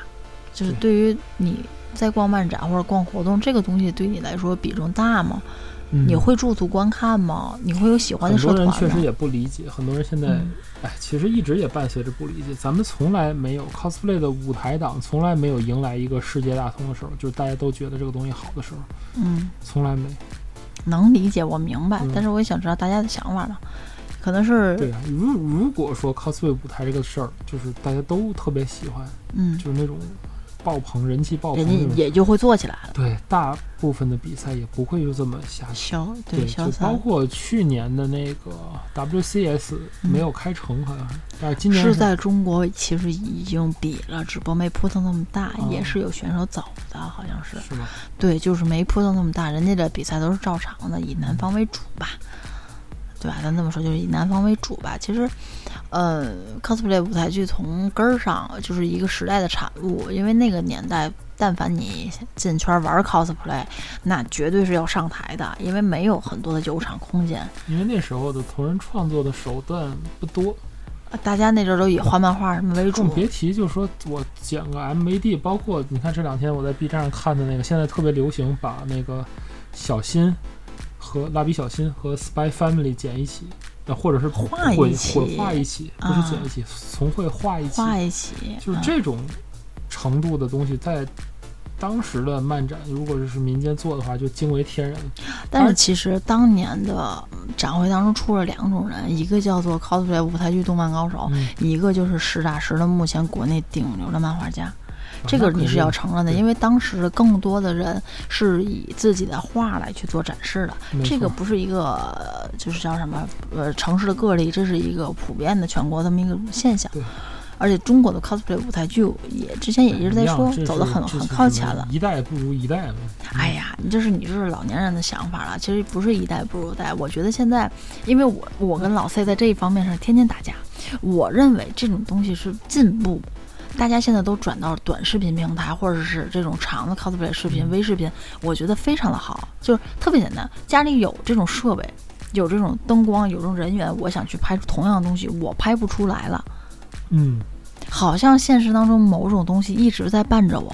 [SPEAKER 3] 就是
[SPEAKER 2] 对
[SPEAKER 3] 对于你在逛漫展或者逛活动，这个东西对你来说比重大吗？你
[SPEAKER 2] 嗯
[SPEAKER 3] 会驻足观看吗？你会有喜欢的
[SPEAKER 2] 很
[SPEAKER 3] 社
[SPEAKER 2] 多
[SPEAKER 3] 团
[SPEAKER 2] 人
[SPEAKER 3] 吗？
[SPEAKER 2] 确实也不理解，很多人现在
[SPEAKER 3] 嗯，
[SPEAKER 2] 哎，其实一直也伴随着不理解。咱们从来没有 cosplay 的舞台党，从来没有迎来一个世界大同的时候，就是大家都觉得这个东西好的时候，
[SPEAKER 3] 嗯，
[SPEAKER 2] 从来没。
[SPEAKER 3] 能理解，我明白，
[SPEAKER 2] 嗯
[SPEAKER 3] 但是我也想知道大家的想法吧。可能
[SPEAKER 2] 对
[SPEAKER 3] 是，
[SPEAKER 2] 啊，如如果说 cosplay 舞台这个事儿，就是大家都特别喜欢，
[SPEAKER 3] 嗯，
[SPEAKER 2] 就是那种爆棚、人气爆棚
[SPEAKER 3] 人
[SPEAKER 2] 那
[SPEAKER 3] 家
[SPEAKER 2] 种。
[SPEAKER 3] 也就会做起来了。
[SPEAKER 2] 对，大部分的比赛也不会就这么下去。
[SPEAKER 3] 消对
[SPEAKER 2] 对，
[SPEAKER 3] 消
[SPEAKER 2] 就包
[SPEAKER 3] 散
[SPEAKER 2] 括去年的那个 WCS
[SPEAKER 3] 嗯
[SPEAKER 2] 没有开成，好像是，但是今年
[SPEAKER 3] 是在中国其实已经比了，只不过没扑腾那么大，
[SPEAKER 2] 哦
[SPEAKER 3] 也是有选手走的，好像是。
[SPEAKER 2] 是吗？
[SPEAKER 3] 对，就是没扑腾那么大，人家的比赛都是照常的，以南方为主吧，对吧？咱这么说就是以南方为主吧。其实，呃，cosplay 舞台剧从根儿上就是一个时代的产物，因为那个年代，但凡你进圈玩 cosplay，那绝对是要上台的，因为没有很多的有场空间。
[SPEAKER 2] 因为那时候的同人创作的手段不多，
[SPEAKER 3] 呃大家那阵儿都以画漫画什么为主
[SPEAKER 2] 更，别提就说我剪个 MVD，包括你看这两天我在 B 站上看的那个，现在特别流行把那个小新和蜡笔小新和 Spy Family 剪一起，那或者是
[SPEAKER 3] 画一
[SPEAKER 2] 混
[SPEAKER 3] 起啊
[SPEAKER 2] 混画一起，不是剪一起，从会画一起，
[SPEAKER 3] 画一起，
[SPEAKER 2] 就是
[SPEAKER 3] 嗯
[SPEAKER 2] 这种程度的东西在。当时的漫展，如果是民间做的话，就惊为天人了。
[SPEAKER 3] 但是
[SPEAKER 2] 而
[SPEAKER 3] 其实当年的嗯展会当中出了两种人，一个叫做 cosplay 舞台剧动漫高手，
[SPEAKER 2] 嗯，
[SPEAKER 3] 一个就是实打实的目前国内顶流的漫画家。这
[SPEAKER 2] 哦
[SPEAKER 3] 个
[SPEAKER 2] 那肯
[SPEAKER 3] 你是要
[SPEAKER 2] 定
[SPEAKER 3] 承认的，
[SPEAKER 2] 对
[SPEAKER 3] 因为当时更多的人是以自己的画来去做展示的，
[SPEAKER 2] 没
[SPEAKER 3] 这个
[SPEAKER 2] 错
[SPEAKER 3] 不是一个呃就是叫什么呃城市的个例，这是一个普遍的全国这么一个现象
[SPEAKER 2] 对。
[SPEAKER 3] 而且中国的 cosplay 舞台剧也之前也一直在
[SPEAKER 2] 一样
[SPEAKER 3] 说
[SPEAKER 2] 这
[SPEAKER 3] 走得
[SPEAKER 2] 是
[SPEAKER 3] 很
[SPEAKER 2] 这
[SPEAKER 3] 很
[SPEAKER 2] 是
[SPEAKER 3] 靠
[SPEAKER 2] 什
[SPEAKER 3] 前
[SPEAKER 2] 么
[SPEAKER 3] 了。
[SPEAKER 2] 一代不如一代嘛。
[SPEAKER 3] 哎呀，你这是你这是老年人的想法了，其实不是一代不如一代。我觉得现在，因为我我跟老 C 在这一方面上天天打架，我认为这种东西是进步。大家现在都转到短视频平台，或者是这种长的 cosplay 视频、
[SPEAKER 2] 嗯
[SPEAKER 3] 微视频，我觉得非常的好，就是特别简单。家里有这种设备，有这种灯光，有这种人员，我想去拍同样的东西，我拍不出来了。
[SPEAKER 2] 嗯，
[SPEAKER 3] 好像现实当中某种东西一直在绊着我，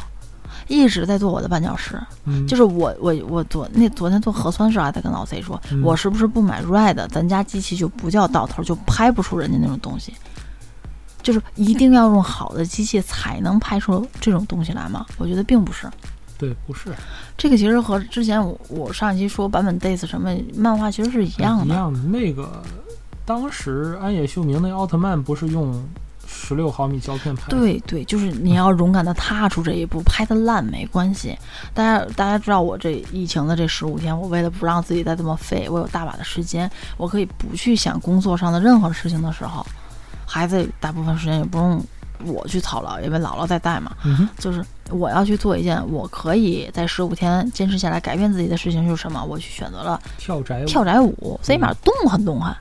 [SPEAKER 3] 一直在做我的绊脚石。
[SPEAKER 2] 嗯
[SPEAKER 3] 就是我我我昨那昨天做核酸时候还在跟老 C 说，
[SPEAKER 2] 嗯
[SPEAKER 3] 我是不是不买 Red，咱家机器就不叫到头，就拍不出人家那种东西。就是一定要用好的机器才能拍出这种东西来吗？我觉得并不是。
[SPEAKER 2] 对，不是
[SPEAKER 3] 这个其实和之前我我上一期说版本 days 什么漫画其实是一样
[SPEAKER 2] 一
[SPEAKER 3] 的。
[SPEAKER 2] 样的。那个当时安野秀明那奥特曼不是用十六毫米胶片拍的？
[SPEAKER 3] 对对，就是你要勇敢的踏出这一步，拍的烂没关系。大家大家知道我这疫情的这十五天，我为了不让自己再这么废，我有大把的时间，我可以不去想工作上的任何事情的时候，孩子大部分时间也不用我去操劳，因为姥姥在带嘛，
[SPEAKER 2] 嗯哼，
[SPEAKER 3] 就是我要去做一件我可以在十五天坚持下来改变自己的事情是什么？我去选择了
[SPEAKER 2] 跳宅舞，
[SPEAKER 3] 跳宅舞，
[SPEAKER 2] 嗯
[SPEAKER 3] 所以嘛，动撼动撼，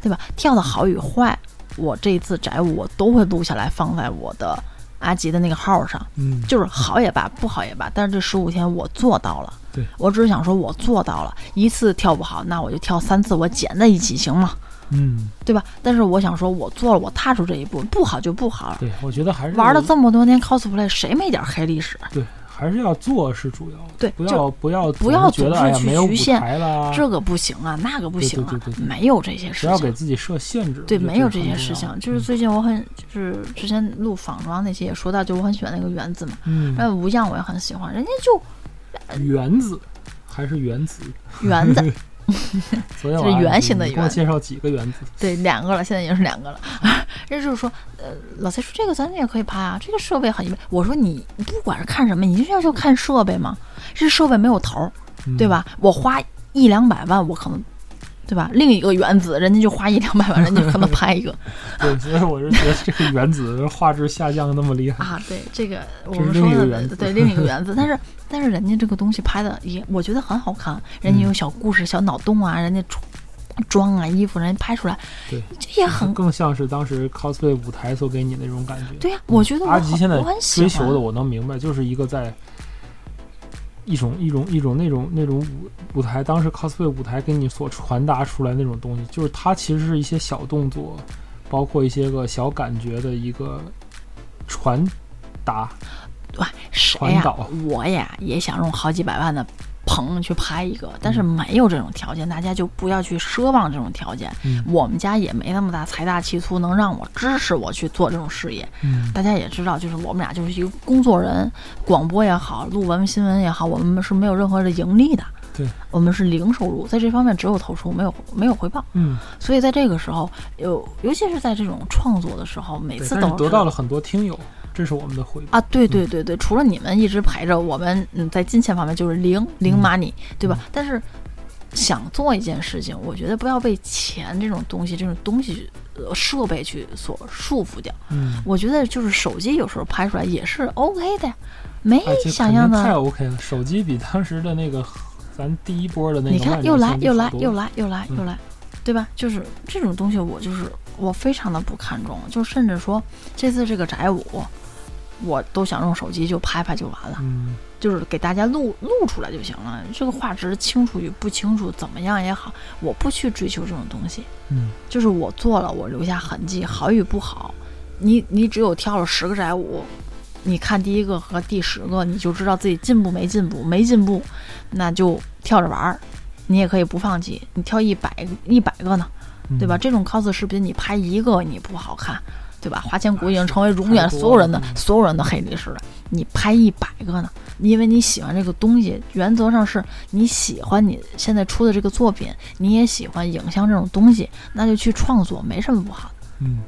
[SPEAKER 3] 对吧？跳的好与坏，我这一次宅舞我都会录下来放在我的阿吉的那个号上，
[SPEAKER 2] 嗯，
[SPEAKER 3] 就是好也罢，不好也罢，但是这十五天我做到了。
[SPEAKER 2] 对
[SPEAKER 3] 我只是想说，我做到了一次跳不好，那我就跳三次，我剪在一起行吗？
[SPEAKER 2] 嗯，
[SPEAKER 3] 对吧？但是我想说，我做了，我踏出这一步，不好就不好了。
[SPEAKER 2] 对，嗯我觉得还是
[SPEAKER 3] 玩了这么多年 cosplay，谁没点黑历史？
[SPEAKER 2] 对，还是要做是主要的，
[SPEAKER 3] 对
[SPEAKER 2] 不
[SPEAKER 3] 就
[SPEAKER 2] 要不要
[SPEAKER 3] 不要
[SPEAKER 2] 总是觉
[SPEAKER 3] 总
[SPEAKER 2] 得
[SPEAKER 3] 是
[SPEAKER 2] 哎呀
[SPEAKER 3] 去
[SPEAKER 2] 没有
[SPEAKER 3] 局
[SPEAKER 2] 舞
[SPEAKER 3] 限
[SPEAKER 2] 台啦，
[SPEAKER 3] 这个不行啊，那个不行啊，
[SPEAKER 2] 对对对对对
[SPEAKER 3] 没有这些事
[SPEAKER 2] 不要给
[SPEAKER 3] 情。
[SPEAKER 2] 自己设限制，
[SPEAKER 3] 对，
[SPEAKER 2] 我觉得
[SPEAKER 3] 没有
[SPEAKER 2] 这啊
[SPEAKER 3] 这
[SPEAKER 2] 个很
[SPEAKER 3] 些
[SPEAKER 2] 重
[SPEAKER 3] 事
[SPEAKER 2] 要
[SPEAKER 3] 情。就是最近我很，就是之前录仿妆那些也说到，就我很喜欢那个园子嘛，
[SPEAKER 2] 嗯，
[SPEAKER 3] 然后无恙我也很喜欢，人家就呃
[SPEAKER 2] 原子还是原子，
[SPEAKER 3] 园 子，
[SPEAKER 2] 昨天
[SPEAKER 3] 就是
[SPEAKER 2] 晚上
[SPEAKER 3] 圆形的
[SPEAKER 2] 你给我
[SPEAKER 3] 圆
[SPEAKER 2] 介绍几个原子，
[SPEAKER 3] 对，两个了，现在已经是两个了。 人家就是说，呃，老蔡说这个咱也可以拍啊，这个设备很一般。我说你不管是看什么，你就要就看设备嘛，这设备没有头儿，
[SPEAKER 2] 嗯
[SPEAKER 3] 对？吧？我花一两百万，我可能，对吧？另一个原子，人家就花一两百万，人家 可能拍一个
[SPEAKER 2] 对，所以我是觉得这个原子画质下降那么厉害，
[SPEAKER 3] 啊。对，这个我
[SPEAKER 2] 这是
[SPEAKER 3] 们
[SPEAKER 2] 另
[SPEAKER 3] 说
[SPEAKER 2] 一个
[SPEAKER 3] 的
[SPEAKER 2] 原
[SPEAKER 3] 对
[SPEAKER 2] 子
[SPEAKER 3] 对另一个原子，但是但是人家这个东西拍的也，我觉得很好看，
[SPEAKER 2] 嗯
[SPEAKER 3] 人家有小故事、小脑洞啊，人家出妆啊、衣服，人家拍出来，
[SPEAKER 2] 对
[SPEAKER 3] 这也很。
[SPEAKER 2] 更像是当时 cosplay 舞台所给你那种感觉。
[SPEAKER 3] 对呀、我觉得我
[SPEAKER 2] 阿吉
[SPEAKER 3] 很
[SPEAKER 2] 现在
[SPEAKER 3] 我很喜
[SPEAKER 2] 追
[SPEAKER 3] 欢
[SPEAKER 2] 求的，我能明白，就是一个在一种一种一种那种那种舞舞台，当时 cosplay 舞台给你所传达出来那种东西，就是它其实是一些小动作，包括一些个小感觉的一个传达。
[SPEAKER 3] 哇，谁
[SPEAKER 2] 传
[SPEAKER 3] 呀、
[SPEAKER 2] 导
[SPEAKER 3] 我呀也想用好几百万的棚去拍一个，但是
[SPEAKER 2] 嗯
[SPEAKER 3] 没有这种条件，大家就不要去奢望这种条件。
[SPEAKER 2] 嗯
[SPEAKER 3] 我们家也没那么大财大气粗，能让我支持我去做这种事业。
[SPEAKER 2] 嗯
[SPEAKER 3] 大家也知道，就是我们俩就是一个工作人，广播也好，录文新闻也好，我们是没有任何的盈利的。
[SPEAKER 2] 对，
[SPEAKER 3] 我们是零收入，在这方面只有投出，没有没有回报。
[SPEAKER 2] 嗯，
[SPEAKER 3] 所以在这个时候，有尤其是在这种创作的时候，每
[SPEAKER 2] 对
[SPEAKER 3] 次
[SPEAKER 2] 但
[SPEAKER 3] 都
[SPEAKER 2] 是
[SPEAKER 3] 是
[SPEAKER 2] 得到了很嗯多听友，这是我们的回报。
[SPEAKER 3] 啊，对对对对，除了你们一直陪着我们，嗯，在金钱方面就是零零
[SPEAKER 2] 嗯
[SPEAKER 3] money，对吧？但是想做一件事情，我觉得不要被钱这种东西、这种东西、呃设备去所束缚掉。
[SPEAKER 2] 嗯，
[SPEAKER 3] 我觉得就是手机有时候拍出来也是 OK 的呀，没
[SPEAKER 2] 而且
[SPEAKER 3] 哎想
[SPEAKER 2] 肯定
[SPEAKER 3] 象
[SPEAKER 2] 太
[SPEAKER 3] 的。
[SPEAKER 2] OK 了，手机比当时的那个咱第一波的那个
[SPEAKER 3] 你
[SPEAKER 2] 万
[SPEAKER 3] 看，
[SPEAKER 2] 丈
[SPEAKER 3] 又来
[SPEAKER 2] 相比
[SPEAKER 3] 又
[SPEAKER 2] 好
[SPEAKER 3] 来
[SPEAKER 2] 多
[SPEAKER 3] 又
[SPEAKER 2] 了
[SPEAKER 3] 来又来又
[SPEAKER 2] 嗯
[SPEAKER 3] 来，对吧？就是这种东西，我就是我非常的不看重，就甚至说这次这个宅舞，我都想用手机就拍拍就完了。
[SPEAKER 2] 嗯，
[SPEAKER 3] 就是给大家录录出来就行了。这个画质清楚与不清楚，怎么样也好，我不去追求这种东西。
[SPEAKER 2] 嗯，
[SPEAKER 3] 就是我做了，我留下痕迹，好与不好，你你只有跳了十个宅舞，你看第一个和第十个，你就知道自己进步没进步。没进步，那就跳着玩儿。你也可以不放弃，你跳一百一百个呢，
[SPEAKER 2] 嗯
[SPEAKER 3] 对吧？？这种 cos 视频你拍一个你不好看，对吧？花千骨已经成为永
[SPEAKER 2] 啊太
[SPEAKER 3] 远
[SPEAKER 2] 多
[SPEAKER 3] 所有人的
[SPEAKER 2] 了嗯
[SPEAKER 3] 所有人的黑历史了。你拍一百个呢，因为你喜欢这个东西，原则上是你喜欢你现在出的这个作品，你也喜欢影像这种东西，那就去创作，没什么不好的。
[SPEAKER 2] 嗯，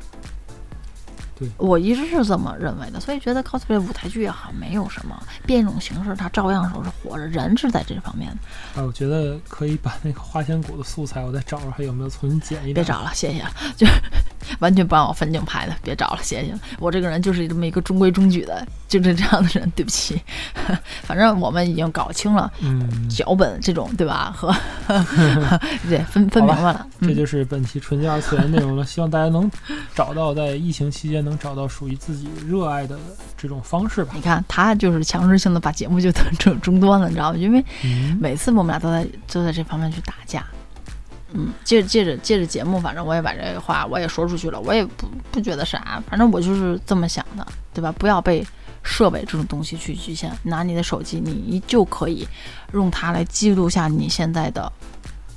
[SPEAKER 3] 我一直是这么认为的，所以觉得 cosplay 舞台剧也好，没有什么变一种形式，它照样都是活着，人是在这方面的。
[SPEAKER 2] 哎，我觉得可以把那个花千骨的素材，我再找找还有没有重新剪一
[SPEAKER 3] 别
[SPEAKER 2] 点。
[SPEAKER 3] 找了，谢谢了，就是 完全不按我分镜拍的，别找了，谢谢了。我这个人就是这么一个中规中矩的，就是这样的人，对不起。 反正我们已经搞清了
[SPEAKER 2] 嗯，
[SPEAKER 3] 脚本这种，对吧？ 和对分分
[SPEAKER 2] 好吧
[SPEAKER 3] 明白了，
[SPEAKER 2] 这
[SPEAKER 3] 嗯，
[SPEAKER 2] 就是本期纯洁二次元内容了。希望大家能找到在疫情期间能找到属于自己热爱的这种方式吧
[SPEAKER 3] 你。看他就是强制性的把节目就 等中中断了，你知道吗？因为
[SPEAKER 2] 嗯，
[SPEAKER 3] 每次我们俩都在都在这方面去打架。嗯，借着借着借着节目，反正我也把这个话我也说出去了，我也不不觉得啥，反正我就是这么想的，对吧？不要被设备这种东西去局限，拿你的手机，你就可以用它来记录下你现在的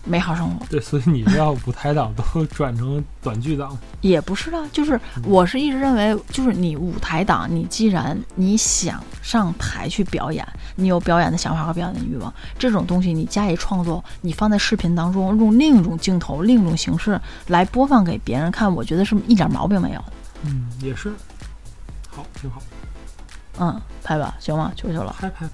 [SPEAKER 3] 美好生活。
[SPEAKER 2] 对，所以你要舞台党都转成短剧党，
[SPEAKER 3] 也不是啊，就是我是一直认为，就是你舞台党，你既然你想上台去表演，你有表演的想法和表演的欲望，这种东西你加以创作，你放在视频当中，用另一种镜头、另一种形式来播放给别人看，我觉得是一点毛病没有的。
[SPEAKER 2] 嗯，也是，好，挺好，
[SPEAKER 3] 嗯，拍吧，行吗？求求了，
[SPEAKER 2] 拍拍拍，